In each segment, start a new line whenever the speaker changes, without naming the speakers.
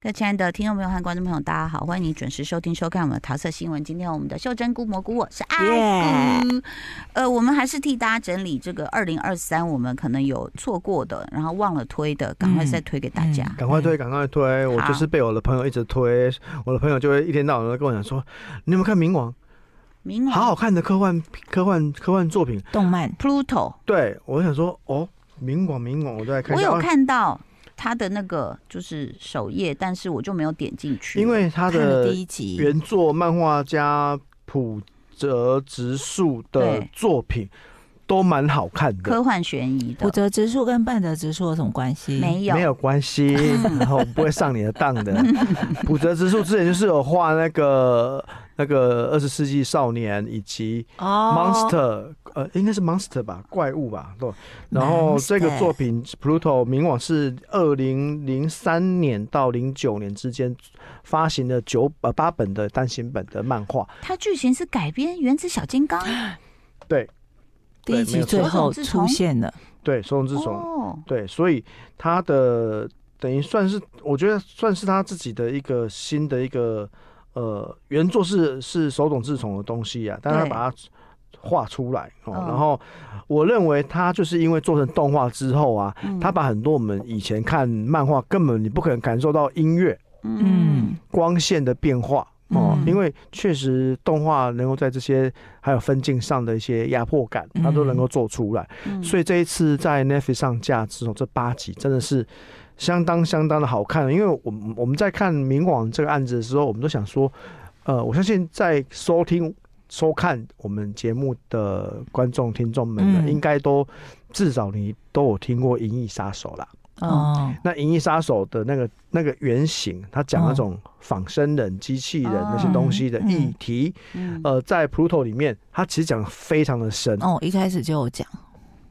各位亲爱的听众朋友和观众朋友，大家好，欢迎你准时收听收看我们的桃色新闻。今天我们的秀珍菇蘑菇，我是爱菇。呃，我们还是替大家整理这个二零二三，我们可能有错过的，然后忘了推的，赶快再推给大
嗯
家。
赶快推，赶快推！我就是被我的朋友一直推，我的朋友就会一天到晚都跟我讲说：“你有没有看《冥王》？
明
嗯
好
王
好看的科幻科幻科幻作品。
动漫
Pluto，”
对我想说：“哦，《冥王》《冥王》，我都在看。”
我有，看到他的那个就是首页，但是我就没有点进去，
因为他
看了
的
第一集，
原作漫画家浦泽直树的
对
作品都蛮好看的，
科幻悬疑
普
的
泽直树跟半泽直树有什么关系？
没有
没有关 系，然后我不会上你的当的。浦泽直树之前就是有画那个那个二十世纪少年以及
哦
Monster，呃，应该是 Monster 吧，怪物吧，对。然后这个作品《Pluto 冥王》是二零零三年到零九年之间发行的九呃八本的单行本的漫画，
它剧情是改编《原子小金刚》啊
第一
对没
集
有
最
错
后出现了，
对，手冢治虫，
哦，
对，所以他的等于算是，我觉得算是他自己的一个新的一个呃原作是是手冢治虫的东西啊，但是他
对
把它画出来哦，
嗯
然后我认为他就是因为做成动画之后啊，
嗯
他把很多我们以前看漫画根本你不可能感受到音乐
嗯
嗯，
光线的变化哦，
嗯
因为确实动画能够在这些还有分镜上的一些压迫感，它都能够做出来。
嗯
所以这一次在 Netflix 上架之后，这八集真的是相当相当的好看。因为我们我们在看《明网》这个案子的时候，我们都想说，呃，我相信在收听。收看我们节目的观众、听众们呢，
嗯
应该都至少你都有听过《银翼杀手》啦。
哦，
那《银翼杀手》的那个那个原型，他讲那种仿生人、机器人
哦
那些东西的
嗯
议题，
嗯
呃，在 Pluto 里面，他其实讲得非常的深，
哦，一开始就有讲，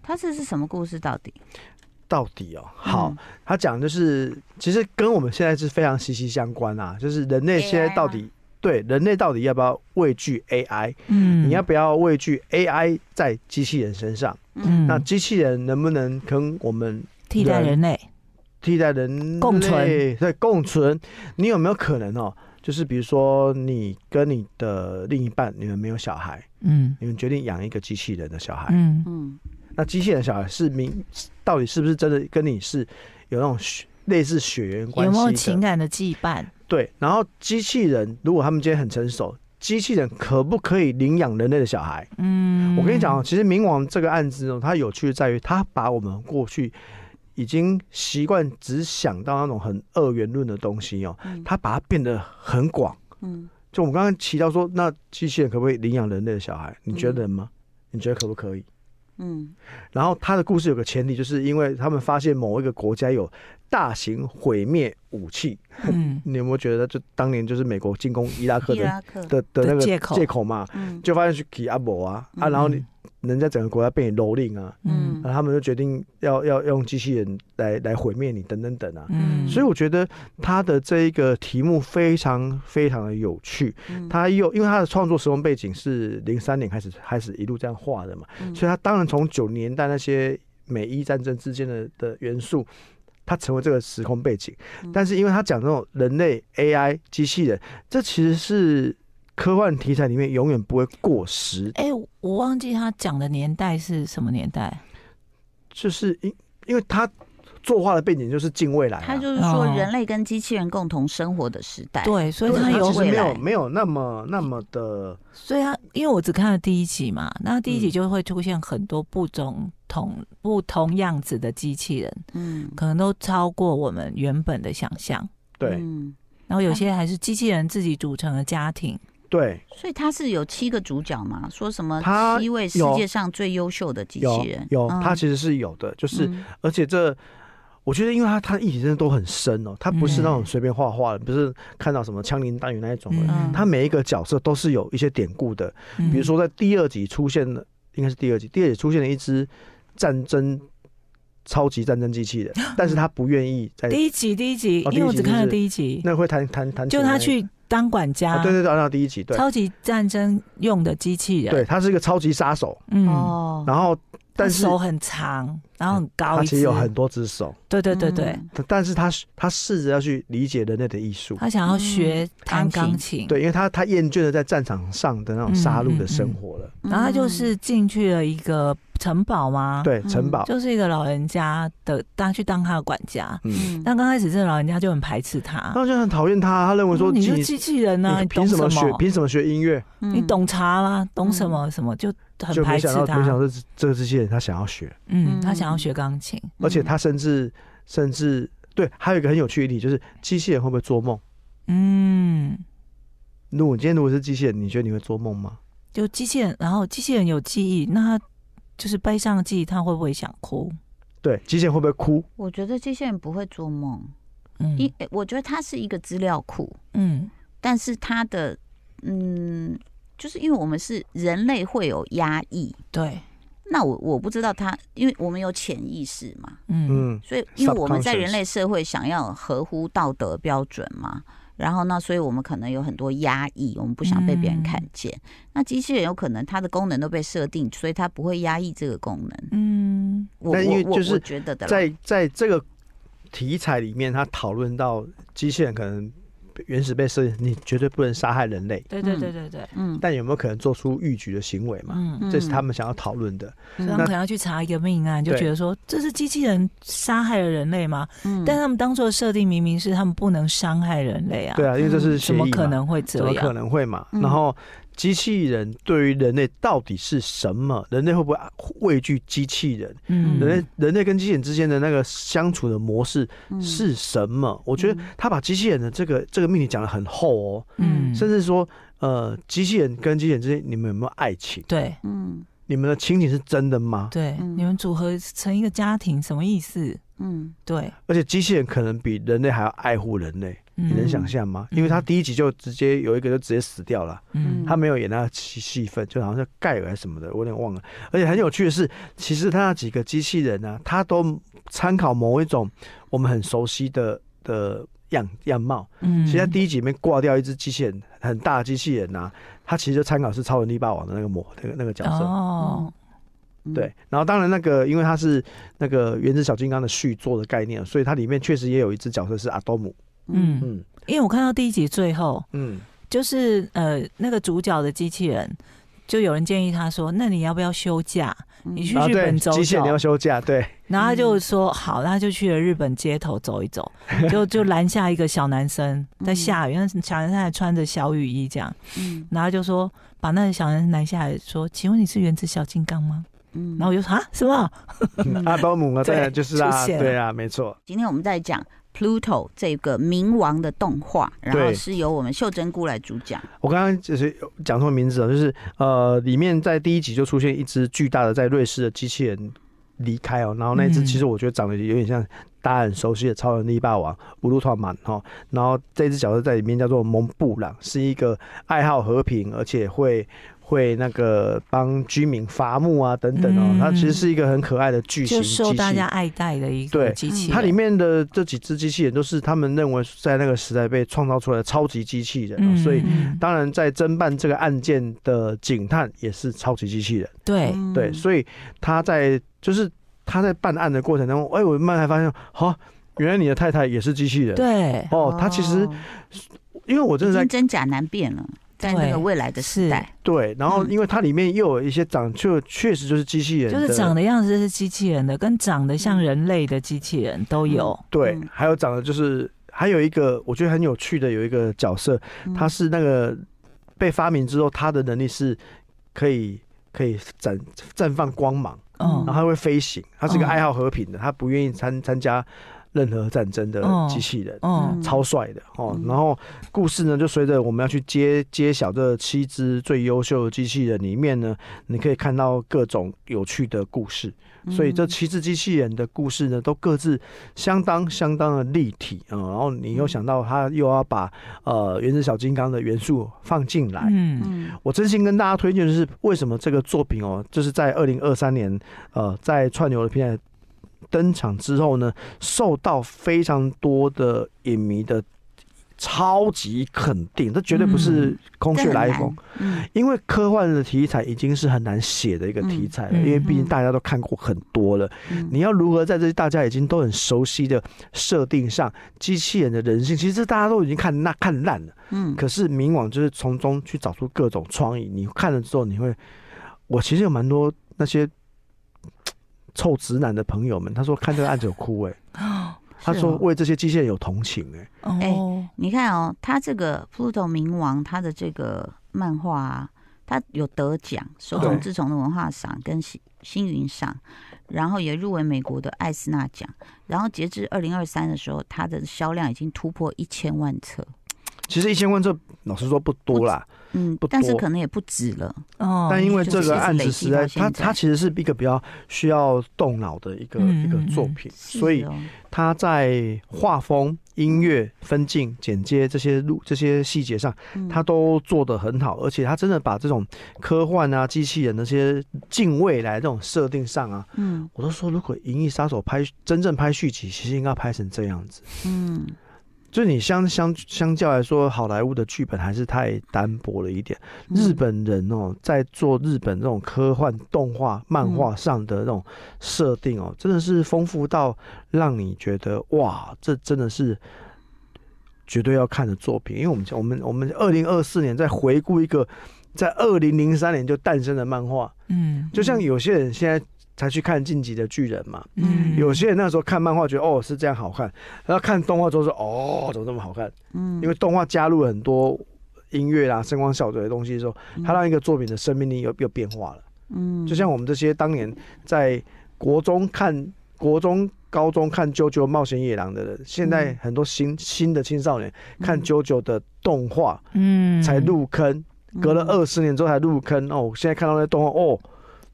它这是什么故事？到底嗯
到底哦，好，，
嗯
他讲就是其实跟我们现在是非常息息相关啊，就是人类现在
AI
到底对人类到底要不要畏惧 AI？、
嗯
你要不要畏惧 AI 在机器人身上？
嗯
那机器人能不能跟我们
替代人类，
替代人
共存
类对共存，你有没有可能哦？就是比如说，你跟你的另一半，你们没有小孩，
嗯
你们决定养一个机器人的小孩。
嗯
嗯
那机器人小孩是明，到底是不是真的跟你是有那种血类似血缘关
有没有
系
情
的？
感的羁绊？
对。然后机器人如果他们今天很成熟，机器人可不可以领养人类的小孩？
嗯，
我跟你讲哦，其实冥王这个案子呢，它有趣在于，它把我们过去已经习惯只想到那种很二元论的东西哦，
嗯
它把它变得很广。
嗯
就我们刚刚提到说，那机器人可不可以领养人类的小孩？你觉得吗？你觉得可不可以？
嗯
然后他的故事有个前提，就是因为他们发现某一个国家有大型毁灭武器，
嗯，
你有没有觉得就当年就是美国进攻伊拉克
伊
的
拉克，
的的那个
的借口
借口嘛？
嗯
就发现去给阿伯啊啊，然后你人家整个国家被你蹂躏啊，
嗯
那他们就决定要要用机器人来来毁灭你等等等啊。
嗯，
所以我觉得他的这一个题目非常非常的有趣，
嗯
他又因为他的创作时空背景是零三年开始开始一路这样画的嘛，
嗯
所以他当然从九年代那些美伊战争之间的的元素，它成为这个时空背景
嗯。
但是因为他讲这种人类 AI 机器人，这其实是科幻题材里面永远不会过时
哎、我忘记他讲的年代是什么年代。
就是因因为他作画的背景就是近未来、啊，
他就是说
哦
人类跟机器人共同生活的时代，
对，所以
哎对
他
它
有
其实
未
没
来
有，没有那么那么的
所以他因为我只看了第一集嘛，那第一集
嗯
就会出现很多不同同不同样子的机器人，
嗯，
可能都超过我们原本的想象。
对、
嗯
然后有些还是机器人自己组成的家庭，
对
所以他是有七个主角嘛？说什么
他
七位世
有
界上最优秀的机
有
器人？
有，
嗯
它其实是有的，就是、
嗯
而且这。我觉得，因为它它的议题真的都很深哦，它不是那种
嗯
随便画画的，不是看到什么枪林弹雨那一种的。
嗯
它每一个角色都是有一些典故的，
嗯
比如说在第二集出现的，应该是第二集，第二集出现了一只战争超级战争机器人，
啊
但是他不愿意在
第一集，第一集，
哦
因为我
第一集
只看
是
了
不是
第一集，
那会弹弹弹
就
琴的
他
那一
去当管家，
啊对对对，那第一集对
超级战争用的机器人，
对，他是一个超级杀手，
嗯，
哦，
然后但
它
是
手很长，然后很高
它
一
其
只，
实有很多只手，
对对对对，
嗯
但但是他他试着要去理解人类的艺术，
他想要学弹
嗯钢
钢琴，
对，因为他他厌倦了在战场上的那种杀
嗯
戮的生活了，
嗯
然后他就是进去了一个城堡嘛，，
对，
嗯
城堡，
啊就是一个老人家的，他去当他的管家。
嗯，
嗯，
但刚开始这个老人家就很排斥他，嗯
那就很讨厌他，他认为说
你
你
是机器人啊，
你
你懂
凭什么学
么？
凭什么学音乐？
嗯
你，懂茶吗？懂什么什么就很
就没
排斥
想到没想
他。
到这这这些人他想要学，
嗯，他
嗯
想要学钢琴，
而且他甚至甚至对，还有一个很有趣的例子就是机器人会不会做梦？
嗯，
如果你今天如果是机器人，你觉得你会做梦吗？
就机器人，然后机器人有记忆，那他就是悲伤的记忆，他会不会想哭？
对，机器人会不会哭？
我觉得这些人不会做梦，
嗯
因我觉得它是一个资料库，
嗯
但是它的嗯，就是因为我们是人类会有压抑，
对，
那我我不知道它，因为我们有潜意识嘛，
嗯
嗯，
所以因为我们在
Subconscious
人类社会想要合乎道德标准嘛，然后那所以我们可能有很多压抑，我们不想被别人看见。那机器人有可能它的功能都被设定，所以它不会压抑这个功能。
嗯
我
但因为
我我
就是
我觉得的啦，
在在这个题材里面，他讨论到机器人可能原始被设定，你绝对不能杀害人类，
对对
嗯
对对对，
嗯，
但有没有可能做出逾矩的行为嘛？
嗯，
这是他们想要讨论的。
嗯
所以他
嗯那
们可能要去查一个命案，就
对
觉得说这是机器人杀害了人类吗？
嗯
但他们当初的设定明明是他们不能伤害人类啊，
对啊，因为这是协
怎
议
么
嘛，
可能会这
怎么可
样？
能会嘛？
嗯
然后机器人对于人类到底是什么？人类会不会畏惧机器人？
嗯
人类人类跟机器人之间的那个相处的模式
嗯
是什么？我
我
觉得
嗯
他把机器人的这个这个命题讲得很厚哦，
嗯
甚至说，呃，机器人跟机器人之间，你们有没有爱情？
对
嗯
你们的亲情是真的吗？
对，
嗯
你们组合成一个家庭什么意思？
嗯
对，
而且机器人可能比人类还要爱护人类，你能
嗯
想象吗？
嗯
因为他第一集就直接有一个就直接死掉了，
嗯
他没有演那戏戏份，就好像是盖尔还是什么的，我有点忘了。而且很有趣的是，其实他那几个机器人呢、啊，他都参考某一种我们很熟悉的的样样貌。
嗯
其实他第一集里面挂掉一只机器人，很大的机器人呐、啊，他其实就参考是超人力霸王的那个模那个那个角色。
哦，
嗯
对，然后当然那个，因为它是那个《原子小金刚》的续作的概念，所以它里面确实也有一只角色是阿多姆。
嗯
嗯
因为我看到第一集最后，
嗯，
就是呃那个主角的机器人，就有人建议他说：“那你要不要休假？”你去
啊
日
对，
本走
机器人
走
要休 假，对，
然后他就
嗯
说：“好，那就去了日本街头走一走， 就就拦下一个小男生
嗯
在下雨，那小男生还穿着小雨衣这样，
嗯
然后就说把那个小男生拦下来说：‘请问你是原子小金刚吗？’
嗯
然后我就说：‘啊，什么？
嗯
阿多姆啊，
对
当然就是
出
啊，
现了
对啊，没错，
今天我们在讲 Pluto 这个冥王的动画，然后
对
是由我们秀珍姑来主讲。
我刚刚就是讲错名字了，就是呃，里面在第一集就出现一只巨大的在瑞士的机器人离开哦，然后那只
嗯
其实我觉得长得有点像大家很熟悉的超能力霸王乌鲁特曼哈，然后这只角色在里面叫做蒙布朗，是一个爱好和平，而且会。会那个帮居民伐木啊等等哦
嗯，
它其实是一个很可爱的巨型
就
机器
受大家爱戴的一个
对
机器人。
它里面的这几只机器人都是他们认为在那个时代被创造出来的超级机器人哦、所以
嗯
当然，在侦办这个案件的警探也是超级机器人，
对，
嗯
哎对，所以他在就是他在办案的过程当中，哎、我慢慢才发现，好、原来你的太太也是机器人。
对，
哦，他其实
哦
因为我真
已
的在
经真假难辨了，在那个未来的时代，
对，然后
嗯
因为它里面又有一些长就确实就是机器人
就
的，
是长的样子是机器人的，跟长得像人类的机器人都有。
对
嗯，
还有长得就是还有一个我觉得很有趣的有一个角色，
嗯
他是那个被发明之后，他的能力是可以可以绽绽放光芒。
嗯
然后他会飞行，他
哦
是个
嗯
爱好和平的，他不愿意参参加任何战争的
嗯
机器人，
嗯
超帅的哦
哦嗯。
然后故事呢，就随着我们要去揭揭晓这七只最优秀的机器人里面呢，你可以看到各种有趣的故事。所以这
嗯
七只机器人的故事呢，都各自相当相当的立体啊、嗯然后你又想到他又要把呃原子小金刚的元素放进来，
嗯
嗯
我真心跟大家推荐的是，为什么这个作品哦，就是在二零二三年，呃，在串流的平台登场之后呢，受到非常多的影迷的超级肯定，这绝对不是空
这
穴
很
来
难
风。，
嗯
因为科幻的题材已经是很难写的一个题材了，
嗯嗯
因为毕竟大家都看过很多了。
嗯
你要如何在这些大家已经都很熟悉的设定上，机器人的人性，其实这大家都已经看那看烂了。
嗯
可是明网就是从中去找出各种创意，你看了之后，你会，我其实有蛮多那些臭直男的朋友们，他说看这个案子有哭 哎、他
是
说
哦
为这些机器人有同情哎、
哦，
你看哦，他这个 Pluto 冥王，他的这个漫画啊，他有得奖，手冢
对
治虫的文化赏跟星星云赏，然后也入围美国的艾斯纳奖，然后截至二零二三的时候，它的销量已经突破一千万册，
其实一千万这老实说不多啦，
嗯
不，
但是
多
可能也不止了，
哦，
但因为
就
这
是
个案
累
子
积
实
到
在，
现
它
在
它其实是一个比较需要动脑的一个一个
嗯嗯
作
嗯
品，
是
所以
哦
它在画风、音乐、分镜、剪接这些路这些细节上，
嗯
它都做得很好，而且它真的把这种科幻啊、机器人那些近未来这种设定上啊，
嗯
我都说如果《银翼杀手》拍真正拍续集，其实应该拍成这样子。
嗯
就你相相相较来说，好莱坞的剧本还是太单薄了一点。
嗯
日本人哦，在做日本这种科幻动画、漫画上的那种设定哦，真的是丰富到让你觉得哇，这真的是绝对要看的作品。因为我们我们我们二零二四年在回顾一个在二零零三年就诞生的漫画，
嗯
就像有些人现在才去看《晋级的巨人》嘛，
嗯
有些人那时候看漫画觉得哦是这样好看，然后看动画之后说哦怎么这么好看，
嗯
因为动画加入了很多音乐啦、声光效果的东西的时候。它让一个作品的生命力又又变化了。
嗯
就像我们这些当年在国中看、国中、高中看《啾啾冒险野狼》的人，现在很多
嗯
新新的青少年看《
就
啾啾》的动画
嗯
才入坑，隔
嗯
了二十年之后才入坑哦。现在看到那动画哦，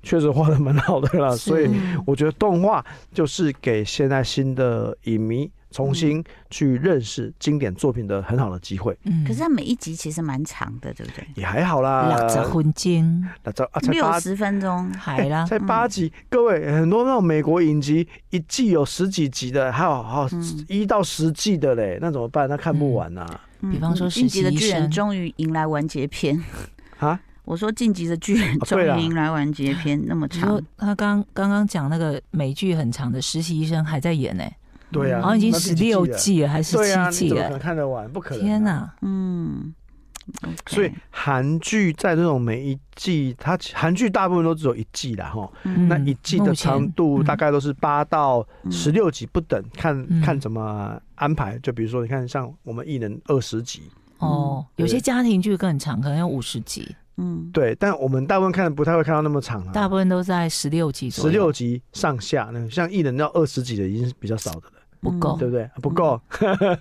确实画的蛮好的啦，所以
嗯
我觉得动画就是给现在新的影迷。重
嗯
新去认识经典作品的很好的机会，
嗯
可是它每一集其实蛮长的，对不对？
也还好啦。
六十分钟，
那这啊，才
六
嗯
八
十分钟，
海 啦，
才八集，各位很多那种美国影集一季有十几集的，还有还有
嗯
一到十季的嘞，那怎么办？那看不完啊呐、
嗯
比方说
嗯晋级的
实习
巨人
生
终于迎来完结篇。
啊！啊，
我说晋级的巨人
哦
终
对啦
于迎来完结篇，那么
你说
长，
他刚刚刚讲那个美剧很长的实习医生还在演呢、
对啊，
嗯
好像已经
那
十
第几
六
了，
季了，还是
对啊，
七
你
季
怎么可
了？
能看得完？不可能、啊
天哪、
哪！
嗯，
所以
OK，
韩剧在这种每一季，它韩剧大部分都只有一季啦，哈、
嗯
那一季的长度
嗯
大概都是八到
嗯
十六集不等，看
嗯
看怎么安排。就比如说，你看像我们艺人二十集，嗯
哦，有些家庭剧更长，可能有五十集，
嗯，
对，但我们大部分看不太会看到那么长啊。
大部分都在十六集左
十
右
六，集上下，那像艺人要二十几的已经是比较少的了，
嗯
不够
对不对？
嗯
不够，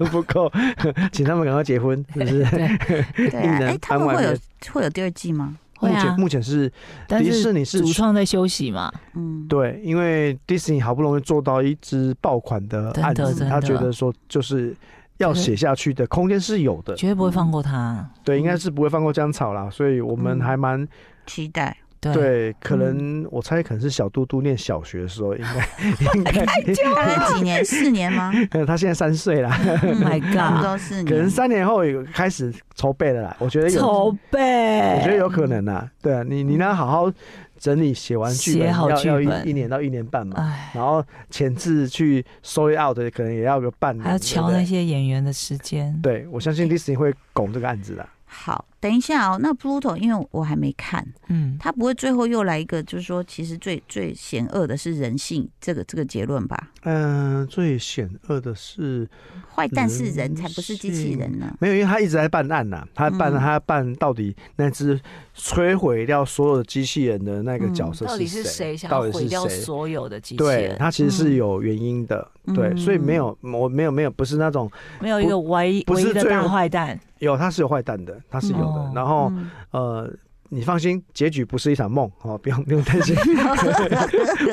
不够， 请他们赶快结婚，是不是？
对啊，
令人
哎，他
安
们
慰
会有
的
会有第二季吗？
会
目前
啊，
目前是
但
迪士
是
尼是
主创在休息嘛，
嗯，
对，因为迪士尼好不容易做到一支爆款的
真的
案子，
真
他觉
的
得说就是要写下去的空间是有的，
绝对不会放过他。
对，应该是不会放过姜草啦，所以我们
嗯
还蛮
期待，
对，嗯
对，可能我猜可能是小嘟嘟念小学的时候，应该 应该，
大概几年？四年 吗
他现在三岁啦，
My
嗯
God
差不多四
Oh 可能
年。
三年后有开始筹备了啦，我觉得有
嗯筹备，
我觉得有可能啊，对啊，你你让他好好整理写完剧本，
写好
要要
剧本
一一年到一年半嘛，
哎，
然后前置去 sort out 的可能也要个半年，
还要
瞧
瞧那。些哎演员的时间。
对，我相信 Disney 会拱这个案子的。
好，等一下哦。那 Pluto，因为我还没看，
嗯，
他不会最后又来一个，就是说，其实最最险恶的是人性这个这个结论吧？
嗯、最险恶的是
坏蛋是人
人
才不是机器
性
人呢。
没有，因为他一直在办案呐、他办、
嗯
他办到底那只摧毁掉所有的机器人的那个角
嗯
色
到底是
谁
谁？想要
到底
毁
是
掉
谁
所有的机器
对，
人？
他其
嗯
实是有原因的，对，所以
嗯
没有，我没有没有，不是那种
没有一个唯
不
唯
是
一的
最
大坏蛋。
有，他是有坏蛋的，他是有的。
哦
然后、
嗯
呃，你放心，结局不是一场梦哦，不用不用担 心。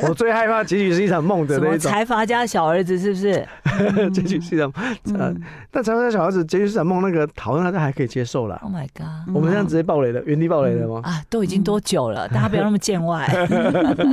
我最害怕结局是一场梦的
什
那
么
一种。
财阀家小儿子是不是？
街区市场，呃，
嗯
但台湾的小孩子街区市场梦那个讨论，大家还可以接受啦。
Oh my god！
我们这
嗯
样直接爆雷了，原地爆雷了吗？
啊，都已经多久了？大家不要那么见外。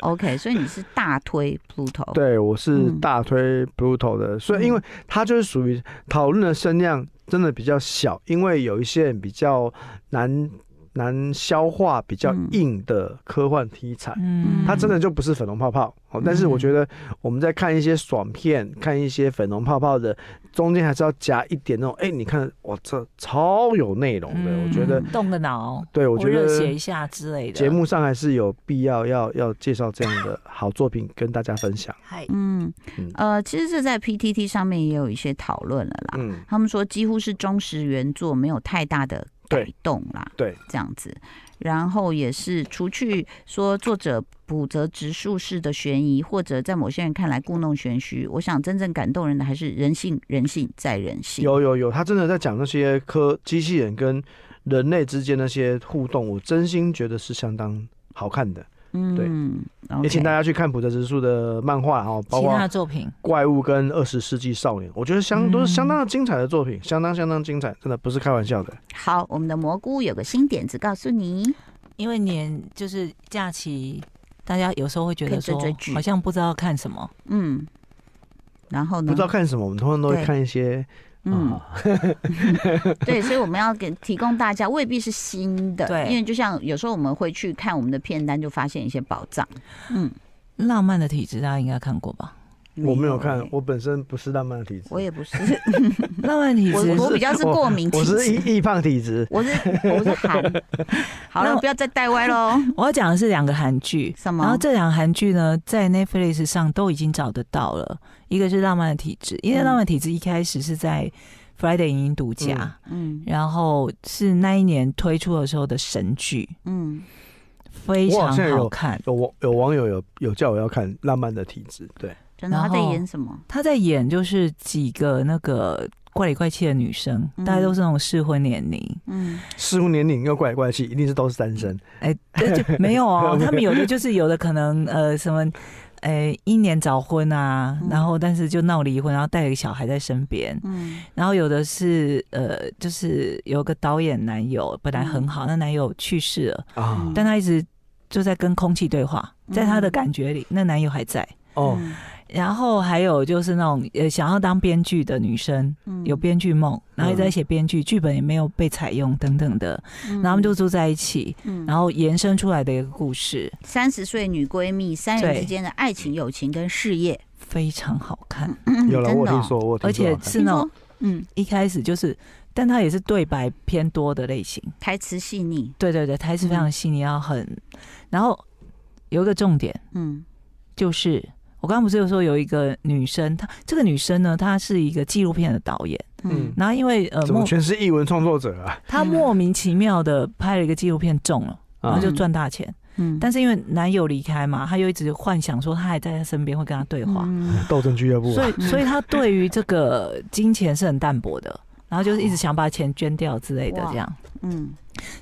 OK，所以你是大推
哦
Pluto，，
对，我是
嗯
大推 Pluto 的，所以因为
嗯
它就是属于讨论的声量真的比较小，因为有一些人比较难难消化、比较
嗯
硬的科幻题材。
嗯
它真的就不是粉红泡泡，哦但是我觉得我们在看一些爽片、看一些粉红泡泡的，中间还是要夹一点那种，哎、你看，哇，这超有内容的，
嗯
我觉得，
动个脑，
对我
我
觉
热血
得
一下之类的。
节目上还是有必要要要介绍这样的好作品跟大家分享。
嗨，
嗯，呃，其实这在 PTT 上面也有一些讨论了啦。
嗯，
他们说几乎是忠实原作，没有太大的改
对
动啦，
对，
这样子。然后也是除去说作者补则直述式的悬疑，或者在某些人看来故弄玄虚，我想真正感动人的还是人性，人性再人性。
有有有，他真的在讲那些科机器人跟人类之间那些互动，我真心觉得是相当好看的，对
嗯，
也请大
家
家去看普泽直树的漫画哦，包
其
括
他的作品，
怪物跟二十世纪少年，我觉得相
嗯
都是相当的精彩的作品，相当相当精彩，真的不是开玩笑的。
好，我们的蘑菇有个新点子告诉你，
因为年就是假期，大家有时候会觉
可
得
以追
说
追剧
好像不知道看什么。
嗯，然后
不
呢
知？道看什么，我们通常都会
对
看一些，
嗯
啊，，
对，所以我们要给提供大家未必是新的，
对
因为就像有时候我们会去看我们的片单，就发现一些宝藏。嗯，
浪漫的体质大家应该看过吧？
我没有看
欸，
我本身不是浪漫的体质，
我也不是，
浪漫体
嗯我
质
我比较是过敏体
我是
质，
易易胖体质，
我是我 是寒。好
那
了，
我
不要再带歪 喽。
我要讲的是两个韩剧，
什
然后
么？
这两个韩剧呢，在 Netflix 上都已经找得到了。一个是《浪漫的体质》，因为《
嗯
浪漫的体质》一开始是在 Friday 影音独家，
嗯
然后是那一年推出的时候的神剧，
嗯，
非
我
常
好像有
好看。
有网有网友有有叫我要看浪漫的体质，对，
真的他
然后
在演什么？
她在演就是几个那个怪里怪气的女生，
嗯
大概都是那种适婚年龄。
嗯，
似乎年龄又怪里怪气，一定是都是单身，
哎、对就没有哦，他们有的就是有的可能呃什么。哎，英年早婚啊，
嗯
然后但是就闹离婚，然后带了个小孩在身边，
嗯
然后有的是呃，就是有个导演男友本来很
嗯
好，那男友去世了，
啊，
但他一直就在跟空气对话，在他
嗯
的感觉里，那男友还在。
哦，
嗯
然后还有就是那种呃想要当编剧的女生，
嗯
有编剧梦，然后一直在写编剧，剧本也没有被采用等等的，然后他们就住在一起，
嗯
然后延伸出来的一个故事
三十岁女闺蜜，三人
对
之间的爱情、友情跟事业，
非常好看，
有了，
真
我
的
有
哦
听说，我有
而
听说
且
啊好看，
是那
听
种
说嗯，
一开始就是，但它也是对白偏多的类型，
台词细腻，
对对对，台词
嗯
非常细腻，要很，然后有一个重点
嗯
就是。我刚刚不是有说有一个女生，她这个女生呢，她是一个纪录片的导演，
嗯
嗯
然后因为呃，
怎么
莫
全是译文创作者啊？
她莫名其妙的拍了一个纪录片中了，然
啊
后就赚大钱，
嗯，
但是因为男友离开嘛，她又一直幻想说他还在她身边，会跟她对话，
嗯
斗争俱乐部啊，
所以所以她对于这个金钱是很淡薄的，然后就是一直想把钱捐掉之类的
哇
这样。
嗯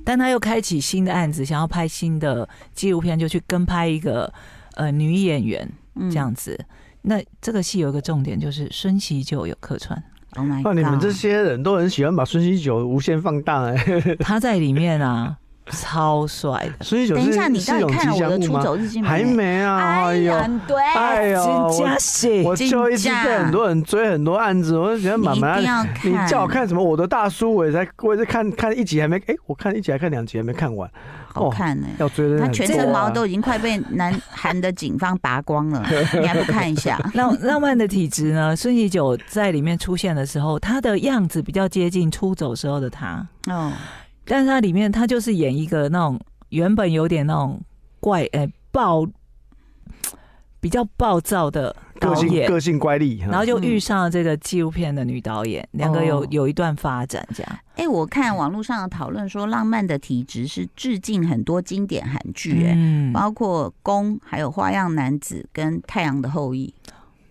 但她又开启新的案子，想要拍新的纪录片，就去跟拍一个呃女演员
嗯
这样子。那这个戏有一个重点，就是孙喜九有客串，
，Oh my
那
god！
你们这些人都很喜欢把孙喜九无限放大 哎、
他在里面啊，超帅的，
孙喜九
等
是
一下，你到
是
底
一种吉
看了我
祥
的
物
出
吗？
走日记
还没啊，哎
哎
呦，
呀，对，
哎呦，
金
我
家喜，
我就一直
真假
被很多人追很多案子，我就觉得
你
慢
一定
慢。
要
你
看，
叫我看什么？我的大叔，我也在，我也在看看一集还没，哎、我看一集还看两集还没看完，
好
哦
看呢、
要追的、
他
很
全
多
身毛
啊
都已经快被南韩的警方拔光了，你还不看一下？
浪浪漫的体质呢，孙喜九在里面出现的时候，他的样子比较接近出走时候的他，
哦，
但是他里面他就是演一个那种原本有点那种怪呃暴，比较暴躁的
个
导
性
演。
个性乖戾，
然后就遇上了这个纪录片的女导演，两个
嗯
有
哦
有一段发展这样。
哎、我看网络上的讨论说，《浪漫的体质》是致敬很多经典韩剧、哎、
嗯，
包括《宫》、还有《花样男子》跟《太阳的后裔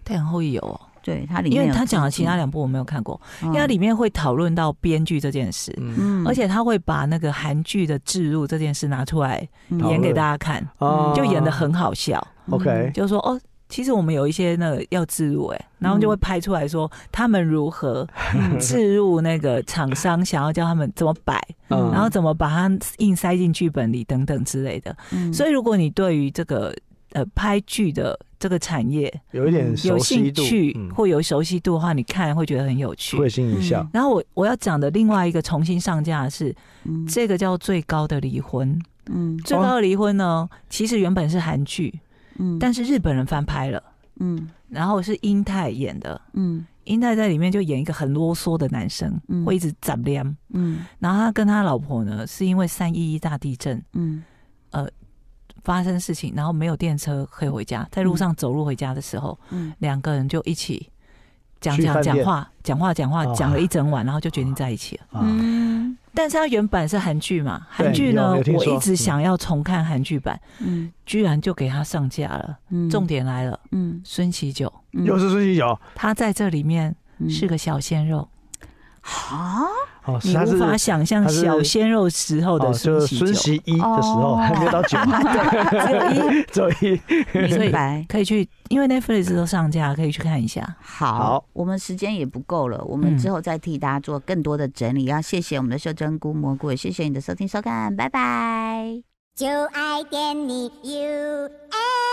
太阳后裔有哦，》，
对它里面
因为
有
他
致
讲的
敬
其他，两部我没有看过，
嗯
因为它里面会讨论到编剧这件事，
嗯
嗯
而且他会把那个韩剧的置入这件事拿出来
嗯
讨
演
论
哦
给大家看，
啊
就演的很好笑。
嗯
OK
就说哦，其实我们有一些那个要置入哎、然后就会
嗯
拍出来说他们如何 嗯置入那个厂商想要教他们怎么摆，
嗯
然后怎么把它硬塞进剧本里等等之类的。
嗯
所以如果你对于这个呃拍剧的这个产业
有一点
有
熟悉
兴
度，
趣
嗯
或有熟悉度的话，你看会觉得很有趣。
会心一笑。
然后我我要讲的另外一个重新上架的是
嗯
这个叫《最高的离婚》。
哦
嗯
最高的离婚呢，其实原本是韩剧，
嗯，
但是日本人翻拍了，
嗯
然后是英泰演的。
嗯
英泰在里面就演一个很啰嗦的男生，
嗯
会一直杂念。
嗯
然后他跟他老婆呢，是因为三一一大地震
嗯
发生事情，然后没有电车可以回家，在路上走路回家的时候，
嗯
两个人就一起讲
去
讲
饭
讲
店
话，讲话讲话
哦
讲了一整晚，然后就决定在一起了。
啊，
嗯
但是它原版是韩剧嘛，
对
韩剧呢
有有，听
我
说嗯
一直想要重看韩剧版，
嗯
居然就给它上架了。
嗯，
重点来了，
嗯
孙喜九，
嗯
又是孙喜九，
他在这里面
嗯
是个小鲜肉，
啊
哦，是
你
他
无
是
法想象
他是
小鲜肉时候
哦，
的孙
就是
喜
孙
九，
喜一的时
哦
候，还没有到九，
哦
只有一，
所
明
以
白。
可以去，因为 Netflix 都上架，可以去看一下。
好，
好
我们时间也不够了，我们
嗯
之后再替大家做更多的整理。要谢谢我们的秀珍菇蘑菇，也谢谢你的收听收看，拜拜。
就爱点你 UFO。